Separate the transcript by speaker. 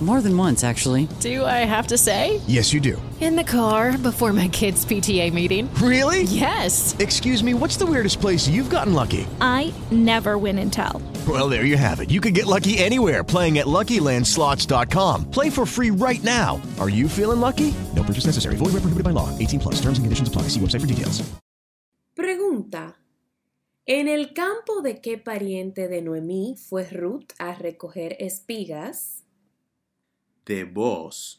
Speaker 1: More than once, actually.
Speaker 2: Do I have to say?
Speaker 3: Yes, you do.
Speaker 4: In the car before my kids' PTA meeting.
Speaker 3: Really?
Speaker 4: Yes.
Speaker 3: Excuse me, what's the weirdest place you've gotten lucky?
Speaker 5: I never win and tell.
Speaker 3: Well, there you have it. You can get lucky anywhere playing at LuckyLandSlots.com. Play for free right now. Are you feeling lucky? No purchase necessary. Void where prohibited by law. 18 plus. Terms and conditions apply. See website for details.
Speaker 6: Pregunta. ¿En el campo de qué pariente de Noemí fue Ruth a recoger espigas?
Speaker 7: De vos.